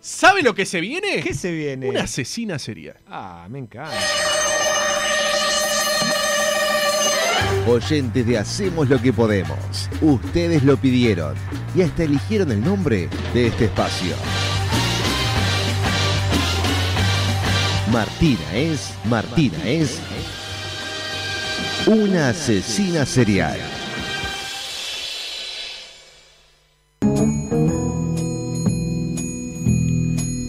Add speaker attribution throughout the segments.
Speaker 1: ¿Sabe lo que se viene?
Speaker 2: ¿Qué se viene?
Speaker 1: Una asesina serial.
Speaker 2: Ah, me encanta.
Speaker 3: Oyentes de Hacemos lo que podemos. Ustedes lo pidieron y hasta eligieron el nombre de este espacio. Martina es, Martina es una asesina serial.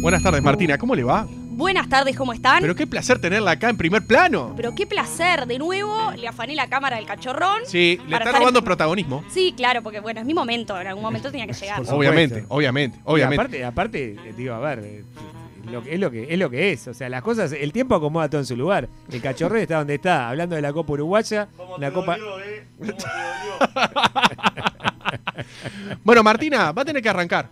Speaker 1: Buenas tardes, Martina. ¿Cómo le va?
Speaker 4: Buenas tardes, ¿cómo están?
Speaker 1: Pero
Speaker 4: Pero,
Speaker 1: qué placer tenerla acá en primer plano.
Speaker 4: qué placer, de nuevo le afané la cámara del cachorrón. Sí.
Speaker 1: Sí, le
Speaker 4: Para
Speaker 1: está
Speaker 4: estar
Speaker 1: robando
Speaker 4: en-
Speaker 1: protagonismo.
Speaker 4: claro, porque bueno, es mi momento, en algún momento tenía que llegar.
Speaker 2: Por
Speaker 1: Obviamente,
Speaker 2: supuesto.
Speaker 1: obviamente,
Speaker 2: Y
Speaker 1: obviamente.
Speaker 2: aparte, aparte, eh, digo, a ver, eh, lo que- es, lo que, es lo que es. O sea, las cosas, el tiempo acomoda todo en su lugar. El cachorreo está donde está, hablando de la Copa Uruguaya, la Copa.
Speaker 1: Bueno, Martina, va a tener que arrancar.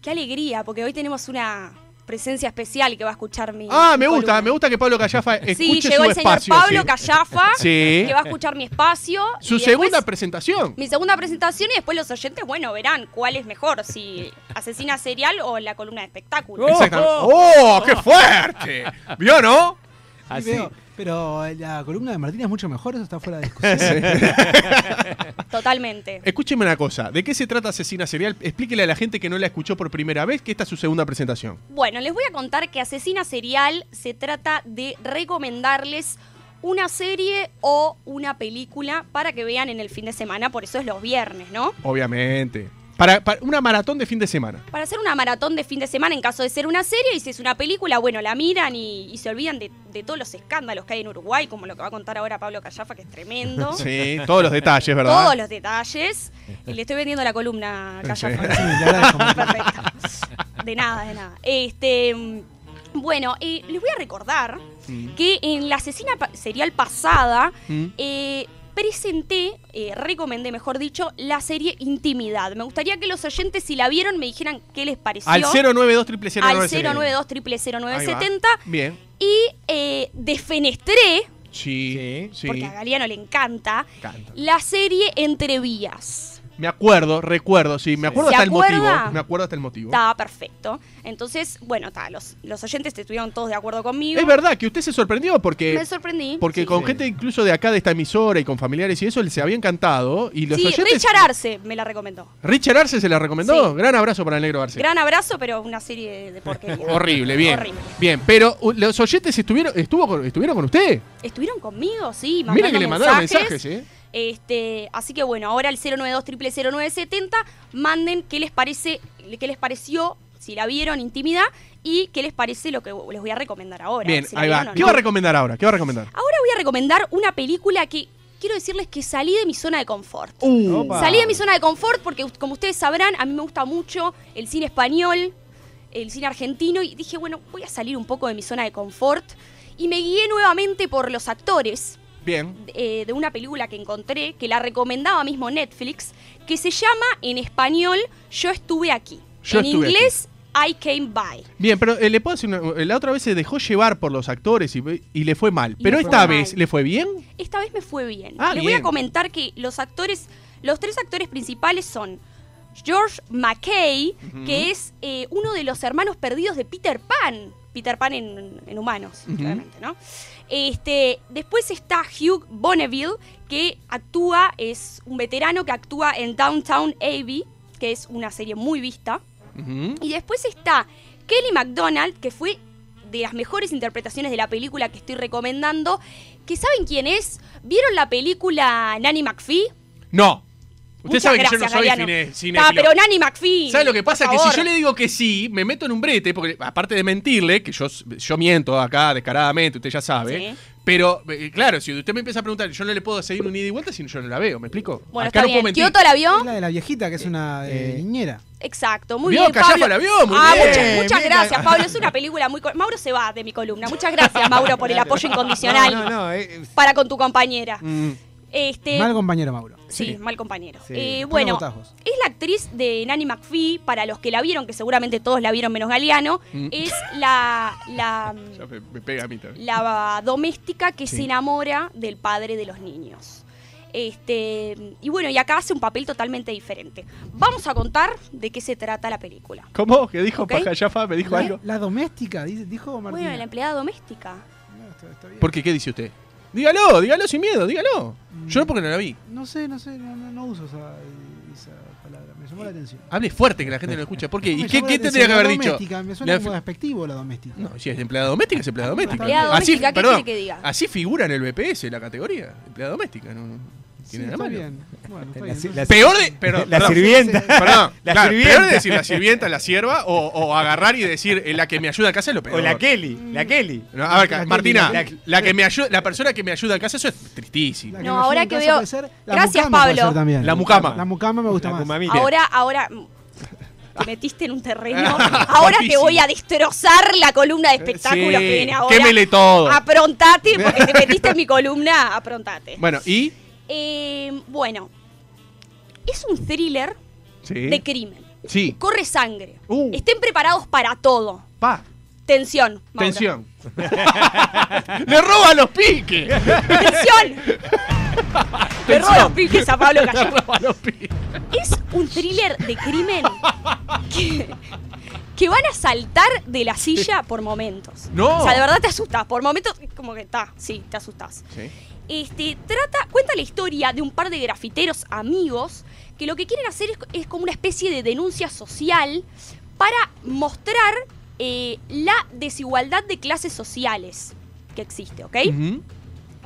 Speaker 4: Qué alegría, porque hoy tenemos una presencia especial que va a escuchar mi.
Speaker 1: Ah, me
Speaker 4: mi
Speaker 1: gusta,
Speaker 4: columna.
Speaker 1: me gusta que Pablo Callafa
Speaker 4: Sí,
Speaker 1: escuche
Speaker 4: llegó
Speaker 1: su
Speaker 4: el señor
Speaker 1: espacio.
Speaker 4: Pablo
Speaker 1: sí.
Speaker 4: Callafa,
Speaker 1: Sí.
Speaker 4: que va a escuchar mi espacio.
Speaker 1: Su
Speaker 4: y después
Speaker 1: segunda presentación.
Speaker 4: Mi segunda presentación y después los oyentes, bueno, verán cuál es mejor, si asesina serial o la columna de espectáculo.
Speaker 2: Oh.
Speaker 1: Exactamente. ¡Oh, qué fuerte! ¿Vio, no?
Speaker 2: Así.
Speaker 5: Pero, pero la columna de Martina es mucho mejor, eso está fuera de discusión.
Speaker 4: Totalmente.
Speaker 1: Escúcheme una cosa. ¿De qué se trata Asesina Serial? Explíquele a la gente que no la escuchó por primera vez que esta es su segunda presentación.
Speaker 4: Bueno, les voy a contar que Asesina Serial se trata de recomendarles una serie o una película para que vean en el fin de semana, por eso es los viernes, ¿no?
Speaker 1: Obviamente. Para, para una maratón de fin de semana.
Speaker 4: Para hacer una maratón de fin de semana en caso de ser una serie y si es una película, bueno, la miran y, y se olvidan de, de todos los escándalos que hay en Uruguay, como lo que va a contar ahora Pablo Callafa, que es tremendo.
Speaker 1: Sí, todos los detalles, ¿verdad?
Speaker 4: Todos los detalles. Y le estoy vendiendo la columna a Callafa.
Speaker 5: Sí, le agradezco, Martina.
Speaker 4: Perfecto. De nada, de nada. Este, mm, bueno, eh, les voy a recordar que en la asesina pa- serial pasada
Speaker 1: Mm.
Speaker 4: eh, presenté, eh, recomendé, mejor dicho, la serie Intimidad. Me gustaría que los oyentes, si la vieron, me dijeran qué les pareció.
Speaker 1: Al 092 triple
Speaker 4: al 092 0970
Speaker 1: Bien.
Speaker 4: y eh, desfenestré,
Speaker 1: Sí,
Speaker 2: Sí.
Speaker 1: sí.
Speaker 4: porque a Galeano le encanta,
Speaker 1: Encanta.
Speaker 4: la serie Entre Vías.
Speaker 1: Me acuerdo, recuerdo, sí. Me acuerdo
Speaker 4: ¿Se
Speaker 1: hasta el
Speaker 4: acuerda?
Speaker 1: motivo. Me acuerdo hasta el motivo.
Speaker 4: Estaba perfecto. Entonces, bueno, ta, los, los oyentes estuvieron todos de acuerdo conmigo.
Speaker 1: Es verdad que usted se sorprendió porque...
Speaker 4: Me sorprendí.
Speaker 1: Porque
Speaker 4: sí.
Speaker 1: con
Speaker 2: Sí.
Speaker 1: gente incluso de acá, de esta emisora y con familiares y eso, les había encantado. Y los
Speaker 4: Sí,
Speaker 1: oyentes...
Speaker 4: Richard Arce me la recomendó.
Speaker 1: Richard Arce se la recomendó.
Speaker 4: Sí.
Speaker 1: Gran abrazo para el negro Arce.
Speaker 4: Gran abrazo, pero una serie de porquería.
Speaker 1: Horrible, bien.
Speaker 4: Horrible.
Speaker 1: Bien, pero uh, los oyentes estuvieron, estuvo con, estuvieron con usted.
Speaker 4: Estuvieron conmigo, sí,
Speaker 1: Mira
Speaker 4: mandando
Speaker 1: que le mandaron mensajes, ¿eh?
Speaker 4: Este, así que bueno, ahora el 092 0970 manden qué les parece, qué les pareció, si la vieron, intimidad, y qué les parece lo que les voy a recomendar ahora.
Speaker 1: Bien,
Speaker 4: si la
Speaker 1: ahí va.
Speaker 4: vieron o
Speaker 1: ¿Qué
Speaker 4: no.
Speaker 1: va a recomendar ahora? ¿Qué va a recomendar?
Speaker 4: Ahora voy a recomendar una película que quiero decirles que salí de mi zona de confort.
Speaker 1: Uh,
Speaker 2: Opa.
Speaker 4: Salí de mi zona de confort porque, us- como ustedes sabrán, a mí me gusta mucho el cine español, el cine argentino, y dije, bueno, voy a salir un poco de mi zona de confort. Y me guié nuevamente por los actores
Speaker 1: bien.
Speaker 4: eh, de una película que encontré, que la recomendaba mismo Netflix, que se llama en español Yo estuve aquí.
Speaker 1: Yo
Speaker 4: en
Speaker 1: estuve aquí.
Speaker 4: inglés, I came by.
Speaker 1: Bien, pero eh, le puedo decir una- la otra vez se dejó llevar por los actores y, y le fue mal.
Speaker 4: Y
Speaker 1: Pero
Speaker 4: le fue
Speaker 1: esta
Speaker 4: mal.
Speaker 1: vez, ¿le fue bien?
Speaker 4: Esta vez me fue bien.
Speaker 1: Ah,
Speaker 4: Les voy
Speaker 1: bien.
Speaker 4: a comentar que los actores, los tres actores principales son George McKay, que es eh, uno de los hermanos perdidos de Peter Pan. Peter Pan en, en humanos,
Speaker 1: Ujú.
Speaker 4: claramente, ¿no? Este, después está Hugh Bonneville, que actúa, es un veterano que actúa en Downtown Abbey, que es una serie muy vista.
Speaker 1: Ujú.
Speaker 4: Y después está Kelly MacDonald, que fue de las mejores interpretaciones de la película que estoy recomendando. Que saben quién es. ¿Vieron la película Nanny McPhee?
Speaker 1: No. Usted
Speaker 4: Muchas
Speaker 1: sabe que yo
Speaker 4: gracias,
Speaker 1: no soy
Speaker 4: Galeano.
Speaker 1: cine,
Speaker 4: Ah,
Speaker 1: cinéfilo.
Speaker 4: pero Nanny McPhee.
Speaker 1: ¿Sabe lo que
Speaker 4: por
Speaker 1: pasa? Que si
Speaker 4: favor.
Speaker 1: yo le digo que sí, me meto en un brete, porque aparte de mentirle, que yo, yo miento acá descaradamente, usted ya sabe.
Speaker 4: Sí.
Speaker 1: Pero, eh, claro, si usted me empieza a preguntar, yo no le puedo seguir un ida y vuelta si yo no la veo, ¿me explico?
Speaker 4: Bueno,
Speaker 1: acá
Speaker 4: está
Speaker 1: no puedo
Speaker 4: bien.
Speaker 1: mentir.
Speaker 4: ¿Kioto la
Speaker 5: Es
Speaker 4: vio?
Speaker 5: la de la viejita, que es una eh, niñera.
Speaker 4: Exacto, muy
Speaker 1: Vio,
Speaker 4: bien.
Speaker 1: Callafa
Speaker 4: Pablo.
Speaker 1: la vio, muy
Speaker 4: ah,
Speaker 1: bien,
Speaker 4: muchas, muchas
Speaker 1: bien,
Speaker 4: gracias,
Speaker 1: Gal-
Speaker 4: Pablo. Es una película muy. co- Mauro se va de mi columna. Muchas gracias, Mauro, por el apoyo incondicional
Speaker 2: No, no, no, eh,
Speaker 4: para con tu compañera.
Speaker 1: Mm.
Speaker 4: Este,
Speaker 5: Mal compañero Mauro.
Speaker 4: Sí,
Speaker 1: Sí.
Speaker 4: mal compañero.
Speaker 2: Sí.
Speaker 4: Eh,
Speaker 5: Después lo
Speaker 4: bueno,
Speaker 5: votás vos.
Speaker 4: es la actriz de Nanny McPhee, para los que la vieron, que seguramente todos la vieron menos Galeano,
Speaker 1: Mm.
Speaker 4: es la, la,
Speaker 1: Ya me, me pega a mí también.
Speaker 4: la doméstica que
Speaker 1: Sí.
Speaker 4: se enamora del padre de los niños. Este, y bueno, y acá hace un papel totalmente diferente. Vamos a contar de qué se trata la película.
Speaker 1: ¿Cómo? ¿Qué dijo
Speaker 4: Ok.
Speaker 1: Paja Jaffa? ¿Me dijo
Speaker 5: La,
Speaker 1: algo?
Speaker 5: la doméstica, dice- dijo Martín.
Speaker 4: Bueno, la empleada doméstica.
Speaker 5: No, está- está bien.
Speaker 1: ¿Por qué? ¿Qué dice usted? Dígalo, dígalo sin miedo, dígalo.
Speaker 5: Mm.
Speaker 1: Yo no porque no la vi.
Speaker 5: No sé, no sé, no, no- no uso esa, esa palabra. Me llamó la atención.
Speaker 1: Hable fuerte que la gente no lo escucha. ¿Por qué?
Speaker 5: Me
Speaker 1: ¿Y qué,
Speaker 5: llamó
Speaker 1: qué
Speaker 5: la
Speaker 1: tendría
Speaker 5: atención,
Speaker 1: que
Speaker 5: la
Speaker 1: haber dicho?
Speaker 5: doméstica, Me suena
Speaker 1: La
Speaker 5: como
Speaker 1: f-
Speaker 5: despectivo la doméstica.
Speaker 1: No, si es empleada doméstica, es empleada doméstica.
Speaker 4: Empleada
Speaker 1: Así-
Speaker 4: doméstica, ¿qué
Speaker 1: perdón,
Speaker 4: quiere que diga?
Speaker 1: Así figura en el BPS la categoría. Empleada doméstica, no, no
Speaker 5: Sí,
Speaker 1: tiene nada
Speaker 5: está
Speaker 1: malo.
Speaker 5: bien. Bueno, está
Speaker 2: La-
Speaker 5: bien.
Speaker 2: la-
Speaker 5: entonces-
Speaker 1: Peor de. Perdón,
Speaker 2: La
Speaker 1: perdón.
Speaker 2: sirvienta.
Speaker 1: Perdón,
Speaker 2: La
Speaker 1: claro,
Speaker 2: sirvienta.
Speaker 1: peor de decir la sirvienta, la sierva, o, o agarrar y decir eh, la que me ayuda a casa es lo peor.
Speaker 2: O la Kelly, la Kelly.
Speaker 1: No, a ver,
Speaker 5: La que-
Speaker 1: Martina,
Speaker 5: la
Speaker 1: la,
Speaker 5: que-
Speaker 1: que me ayuda, la persona que me ayuda a casa, eso es
Speaker 5: la
Speaker 1: tristísimo.
Speaker 4: No,
Speaker 5: me
Speaker 4: ahora
Speaker 5: ayuda en
Speaker 4: que
Speaker 5: casa
Speaker 4: veo-
Speaker 5: puede ser- la
Speaker 4: Gracias,
Speaker 5: mucama puede ser
Speaker 4: Pablo.
Speaker 5: también.
Speaker 1: La mucama.
Speaker 5: La mucama me gusta
Speaker 2: La
Speaker 5: más.
Speaker 2: Kumamita.
Speaker 4: Ahora, ahora mm, te metiste en un terreno. Ahora te
Speaker 1: Guapísimo.
Speaker 4: voy a destrozar la columna de espectáculos
Speaker 1: Sí,
Speaker 4: que viene ahora.
Speaker 1: Quémele todo.
Speaker 4: Aprontate, porque te metiste en mi columna, aprontate.
Speaker 1: Bueno,
Speaker 4: Bueno,
Speaker 1: y.
Speaker 4: bueno es un thriller
Speaker 1: Sí.
Speaker 4: de crimen.
Speaker 1: Sí.
Speaker 4: Corre sangre.
Speaker 1: Uh.
Speaker 4: Estén preparados para todo.
Speaker 1: Pa.
Speaker 4: Tensión. Mauro.
Speaker 1: Tensión. Le roba los piques.
Speaker 4: Tensión. Le roba los piques a Pablo
Speaker 1: Le
Speaker 4: Gallo.
Speaker 1: roba los piques.
Speaker 4: Es un thriller de crimen que, que van a saltar de la silla por momentos.
Speaker 1: No.
Speaker 4: O sea, de verdad te asustás. Por momentos, como que está, sí, te asustás.
Speaker 1: Sí.
Speaker 4: Este, trata, cuenta la historia de un par de grafiteros amigos que lo que quieren hacer es, es como una especie de denuncia social para mostrar eh, la desigualdad de clases sociales que existe, ¿ok?
Speaker 1: Ujú.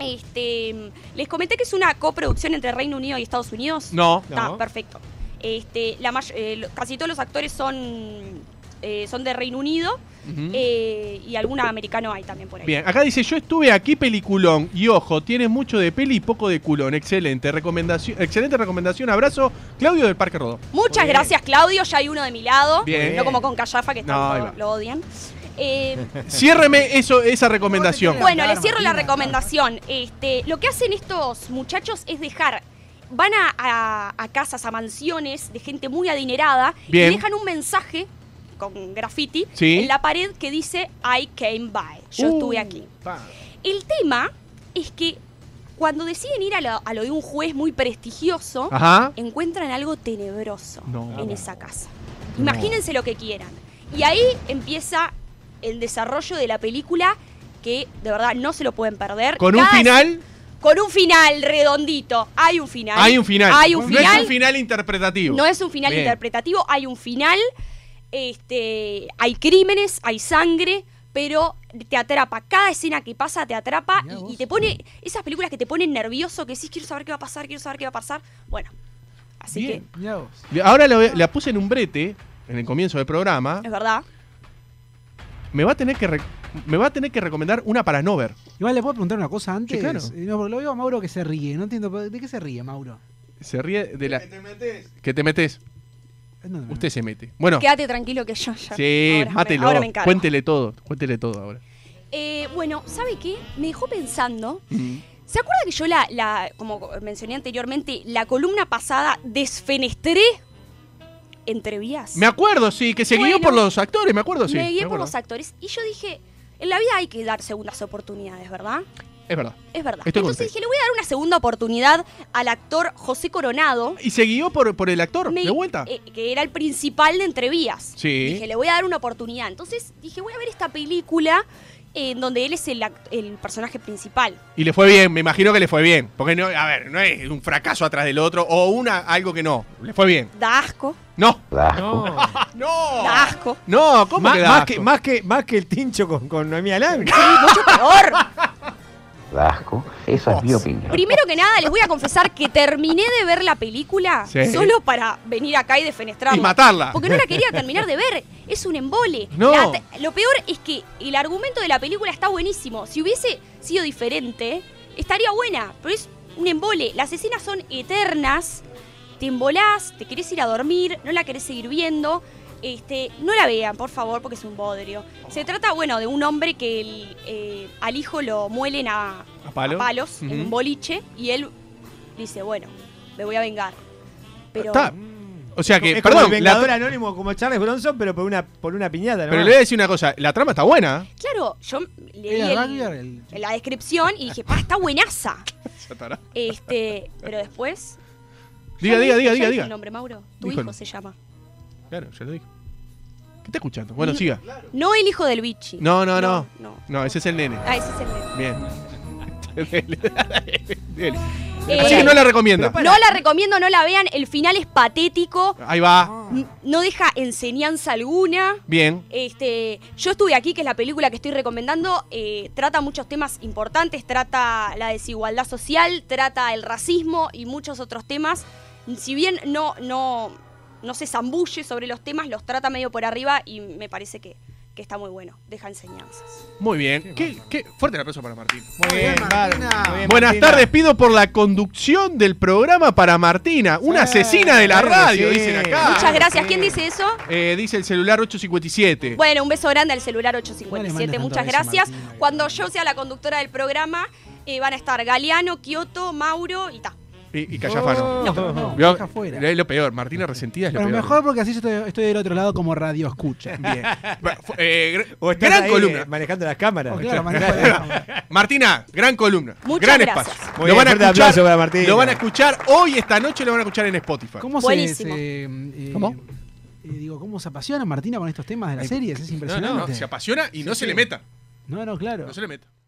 Speaker 4: Este, les comenté que es una coproducción entre Reino Unido y Estados Unidos.
Speaker 1: No.
Speaker 4: Está,
Speaker 2: No.
Speaker 4: perfecto. Este, la may- eh, lo- casi todos los actores son, eh, son de Reino Unido
Speaker 1: Ujú.
Speaker 4: eh, y alguna americano hay también por ahí.
Speaker 1: Mm. Bien, acá dice, yo estuve aquí peliculón y ojo, tiene mucho de peli y poco de culón. Excelente recomendación, excelente recomendación. Abrazo, Claudio del Parque Rodó.
Speaker 4: Muchas
Speaker 2: Muy bien.
Speaker 4: gracias, Claudio. Ya hay uno de mi lado.
Speaker 1: Bien.
Speaker 4: No como con Callafa, que
Speaker 1: No,
Speaker 4: tanto
Speaker 1: ahí va.
Speaker 4: lo odian. Eh,
Speaker 1: Ciérreme eso, esa recomendación.
Speaker 5: Bueno,
Speaker 4: Bueno, les cierro la
Speaker 5: Martina.
Speaker 4: recomendación. Este, lo que hacen estos muchachos es dejar. Van a, a- a casas, a mansiones de gente muy adinerada
Speaker 1: Bien.
Speaker 4: y dejan un mensaje con graffiti
Speaker 1: Sí.
Speaker 4: en la pared que dice I came by. Yo
Speaker 1: Uh,
Speaker 4: estuve aquí.
Speaker 1: pa.
Speaker 4: El tema es que cuando deciden ir a lo, a lo de un juez muy prestigioso,
Speaker 1: Ajá.
Speaker 4: encuentran algo tenebroso
Speaker 1: No.
Speaker 4: en esa casa. Imagínense lo que quieran. Y ahí empieza el desarrollo de la película que de verdad no se lo pueden perder.
Speaker 1: Con un
Speaker 4: Cada-
Speaker 1: final,
Speaker 4: Con un final redondito. Hay un final.
Speaker 1: hay un final.
Speaker 4: Hay un final.
Speaker 1: No es un final interpretativo.
Speaker 4: No es un final
Speaker 1: Bien.
Speaker 4: interpretativo, hay un final. Este, hay crímenes, hay sangre, pero te atrapa. Cada escena que pasa te atrapa
Speaker 5: Mirá
Speaker 4: y- y,
Speaker 5: vos.
Speaker 4: te pone. Esas películas que te ponen nervioso, que decís quiero saber qué va a pasar, quiero saber qué va a pasar. Bueno, así
Speaker 1: Bien.
Speaker 5: Mirá vos.
Speaker 1: Ahora la, la puse en un brete en el comienzo del programa.
Speaker 4: que es verdad.
Speaker 1: Me va a tener que re- me va a tener que recomendar una para no ver.
Speaker 5: Igual le puedo preguntar una cosa antes.
Speaker 1: Sí, claro.
Speaker 5: Eh, No, porque lo veo a Mauro que se ríe. No entiendo. ¿De qué se ríe, Mauro?
Speaker 1: Se ríe de la que te metes. Que te metes.
Speaker 5: ¿En dónde me
Speaker 1: Usted se mete. Bueno,
Speaker 4: Quédate tranquilo que yo ya.
Speaker 1: sí,
Speaker 4: ahora me-
Speaker 1: mátelo.
Speaker 4: ahora me encargo.
Speaker 1: cuéntele todo, cuéntele todo ahora.
Speaker 4: Eh, bueno, ¿sabe qué? Me dejó pensando.
Speaker 1: Mm.
Speaker 4: ¿Se acuerda que yo la, la- como mencioné anteriormente, la columna pasada desfenestré entrevías?
Speaker 1: Me acuerdo, sí, que se guió
Speaker 4: Bueno.
Speaker 1: por los actores, me acuerdo, sí.
Speaker 4: me guié por
Speaker 1: acuerdo.
Speaker 4: los actores y yo dije, en la vida hay que dar segundas oportunidades, ¿verdad?
Speaker 1: Es verdad.
Speaker 4: Es verdad.
Speaker 1: Estoy con usted.
Speaker 4: Entonces dije, le voy a dar una segunda oportunidad al actor José Coronado.
Speaker 1: ¿Y se guió por, por el actor?
Speaker 4: Me-
Speaker 1: ¿De vuelta?
Speaker 4: eh, que era el principal de Entrevías.
Speaker 1: Sí.
Speaker 4: Dije, le voy a dar una oportunidad. Entonces dije, voy a ver esta película eh, en donde él es el, act- el personaje principal.
Speaker 1: Y le fue bien, me imagino que le fue bien. Porque, no, a ver, no es un fracaso atrás del otro o una algo que no. Le fue bien.
Speaker 4: Da asco,
Speaker 1: No.
Speaker 2: No.
Speaker 1: No.
Speaker 4: da asco.
Speaker 1: No, ¿cómo
Speaker 2: Má-
Speaker 1: que da
Speaker 2: más,
Speaker 1: asco?
Speaker 2: que, más, que, más que el tincho con, con Noemí Alán.
Speaker 4: Mucho
Speaker 1: Ah,
Speaker 4: peor.
Speaker 6: Da asco. Esa es mi opinión.
Speaker 4: Primero que nada, les voy a confesar que terminé de ver la película
Speaker 1: Sí.
Speaker 4: solo para venir acá y defenestrarla.
Speaker 1: Y matarla.
Speaker 4: Porque no la quería terminar de ver. Es un embole.
Speaker 1: Ah. No.
Speaker 4: La te- lo peor es que el argumento de la película está buenísimo. Si hubiese sido diferente, estaría buena. Pero es un embole. Las escenas son eternas. Te embolás, te querés ir a dormir, no la querés seguir viendo. Este, no la vean, por favor, porque es un bodrio. Se trata, bueno, de un hombre que el, eh, al hijo lo muelen a,
Speaker 1: ¿A palo?
Speaker 4: a palos en
Speaker 1: Ujú.
Speaker 4: un boliche y él dice, bueno, me voy a vengar. Pero
Speaker 1: Está. O sea que,
Speaker 2: es como
Speaker 1: perdón,
Speaker 2: el
Speaker 1: la
Speaker 2: vengador
Speaker 1: tra-
Speaker 2: anónimo como Charles Bronson, pero por una, por una piñata.
Speaker 1: pero
Speaker 2: nomás.
Speaker 1: le voy a decir una cosa, la trama está buena.
Speaker 4: Claro, yo leí
Speaker 5: Era
Speaker 4: el-
Speaker 5: Ragnar, el-
Speaker 4: en la descripción y dije, pa, está buenaza. Este, pero después.
Speaker 1: Diga,
Speaker 4: Ya
Speaker 1: diga,
Speaker 4: dije-
Speaker 1: diga,
Speaker 4: ya
Speaker 1: diga,
Speaker 4: dije
Speaker 1: diga.
Speaker 4: el nombre, Mauro. Tu
Speaker 1: Díjalo.
Speaker 4: hijo se llama.
Speaker 1: Claro, ya lo dije. ¿Qué está escuchando? Bueno, siga.
Speaker 4: No el hijo del bichi.
Speaker 1: No, no, no.
Speaker 4: No,
Speaker 1: No, ese es el nene.
Speaker 4: Ah, ese es el nene.
Speaker 1: Bien. Dele.
Speaker 4: Eh,
Speaker 1: Así que no la recomienda.
Speaker 2: pero para-
Speaker 4: No la recomiendo, no la vean. El final es patético.
Speaker 1: Ahí va.
Speaker 4: n- No deja enseñanza alguna.
Speaker 1: Bien.
Speaker 4: Este, yo estuve aquí, que es la película que estoy recomendando, eh, trata muchos temas importantes, trata la desigualdad social, trata el racismo y muchos otros temas. Si bien no, no, no se zambulle sobre los temas, los trata medio por arriba y me parece que, que está muy bueno, deja enseñanzas.
Speaker 1: Muy bien. Qué, qué fuerte el aplauso para Martín.
Speaker 2: Muy bien, Mar- muy bien,
Speaker 1: Buenas
Speaker 2: Martina.
Speaker 1: tardes, pido por la conducción del programa para Martina, una
Speaker 2: Sí,
Speaker 1: asesina de la
Speaker 2: claro que
Speaker 1: radio,
Speaker 2: sí.
Speaker 1: dicen acá.
Speaker 2: Ah,
Speaker 4: Muchas gracias.
Speaker 2: sí.
Speaker 4: ¿Quién dice eso?
Speaker 1: Eh, dice el celular 857.
Speaker 4: Bueno, un beso grande al celular
Speaker 5: No le
Speaker 4: 857,
Speaker 5: mandes
Speaker 4: muchas
Speaker 5: tanto beso,
Speaker 4: gracias.
Speaker 5: Martina.
Speaker 4: Cuando yo sea la conductora del programa, eh, van a estar Galeano, Kioto, Mauro y ta.
Speaker 1: Y, y Callafano.
Speaker 5: No, no,
Speaker 1: Vio-
Speaker 5: deja fuera.
Speaker 1: Es lo peor, Martina resentida es lo
Speaker 5: Oh, Pero
Speaker 1: peor.
Speaker 5: mejor porque así yo estoy, estoy del otro lado como radio escucha.
Speaker 1: Bien. Bueno, fu- eh, gr-
Speaker 2: O estás
Speaker 1: gran
Speaker 2: ahí, eh,
Speaker 1: columna.
Speaker 2: manejando las cámaras.
Speaker 5: Oh, claro, manejo de la-
Speaker 1: Martina, gran columna.
Speaker 4: Muchas
Speaker 1: gran
Speaker 4: gracias.
Speaker 1: espacio.
Speaker 2: Muy
Speaker 1: lo,
Speaker 2: bien,
Speaker 1: van a
Speaker 2: fuerte aplauso para
Speaker 1: escuchar,
Speaker 2: Martina.
Speaker 1: lo van a escuchar hoy, esta noche, lo van a escuchar en Spotify.
Speaker 5: ¿Cómo se,
Speaker 4: Buenísimo.
Speaker 5: se, eh,
Speaker 1: ¿Cómo?
Speaker 5: eh, digo, ¿cómo se apasiona Martina con estos temas de las series? Es
Speaker 1: No,
Speaker 5: impresionante.
Speaker 1: no, se apasiona y no se le meta.
Speaker 5: No, no, claro.
Speaker 1: No se le meta.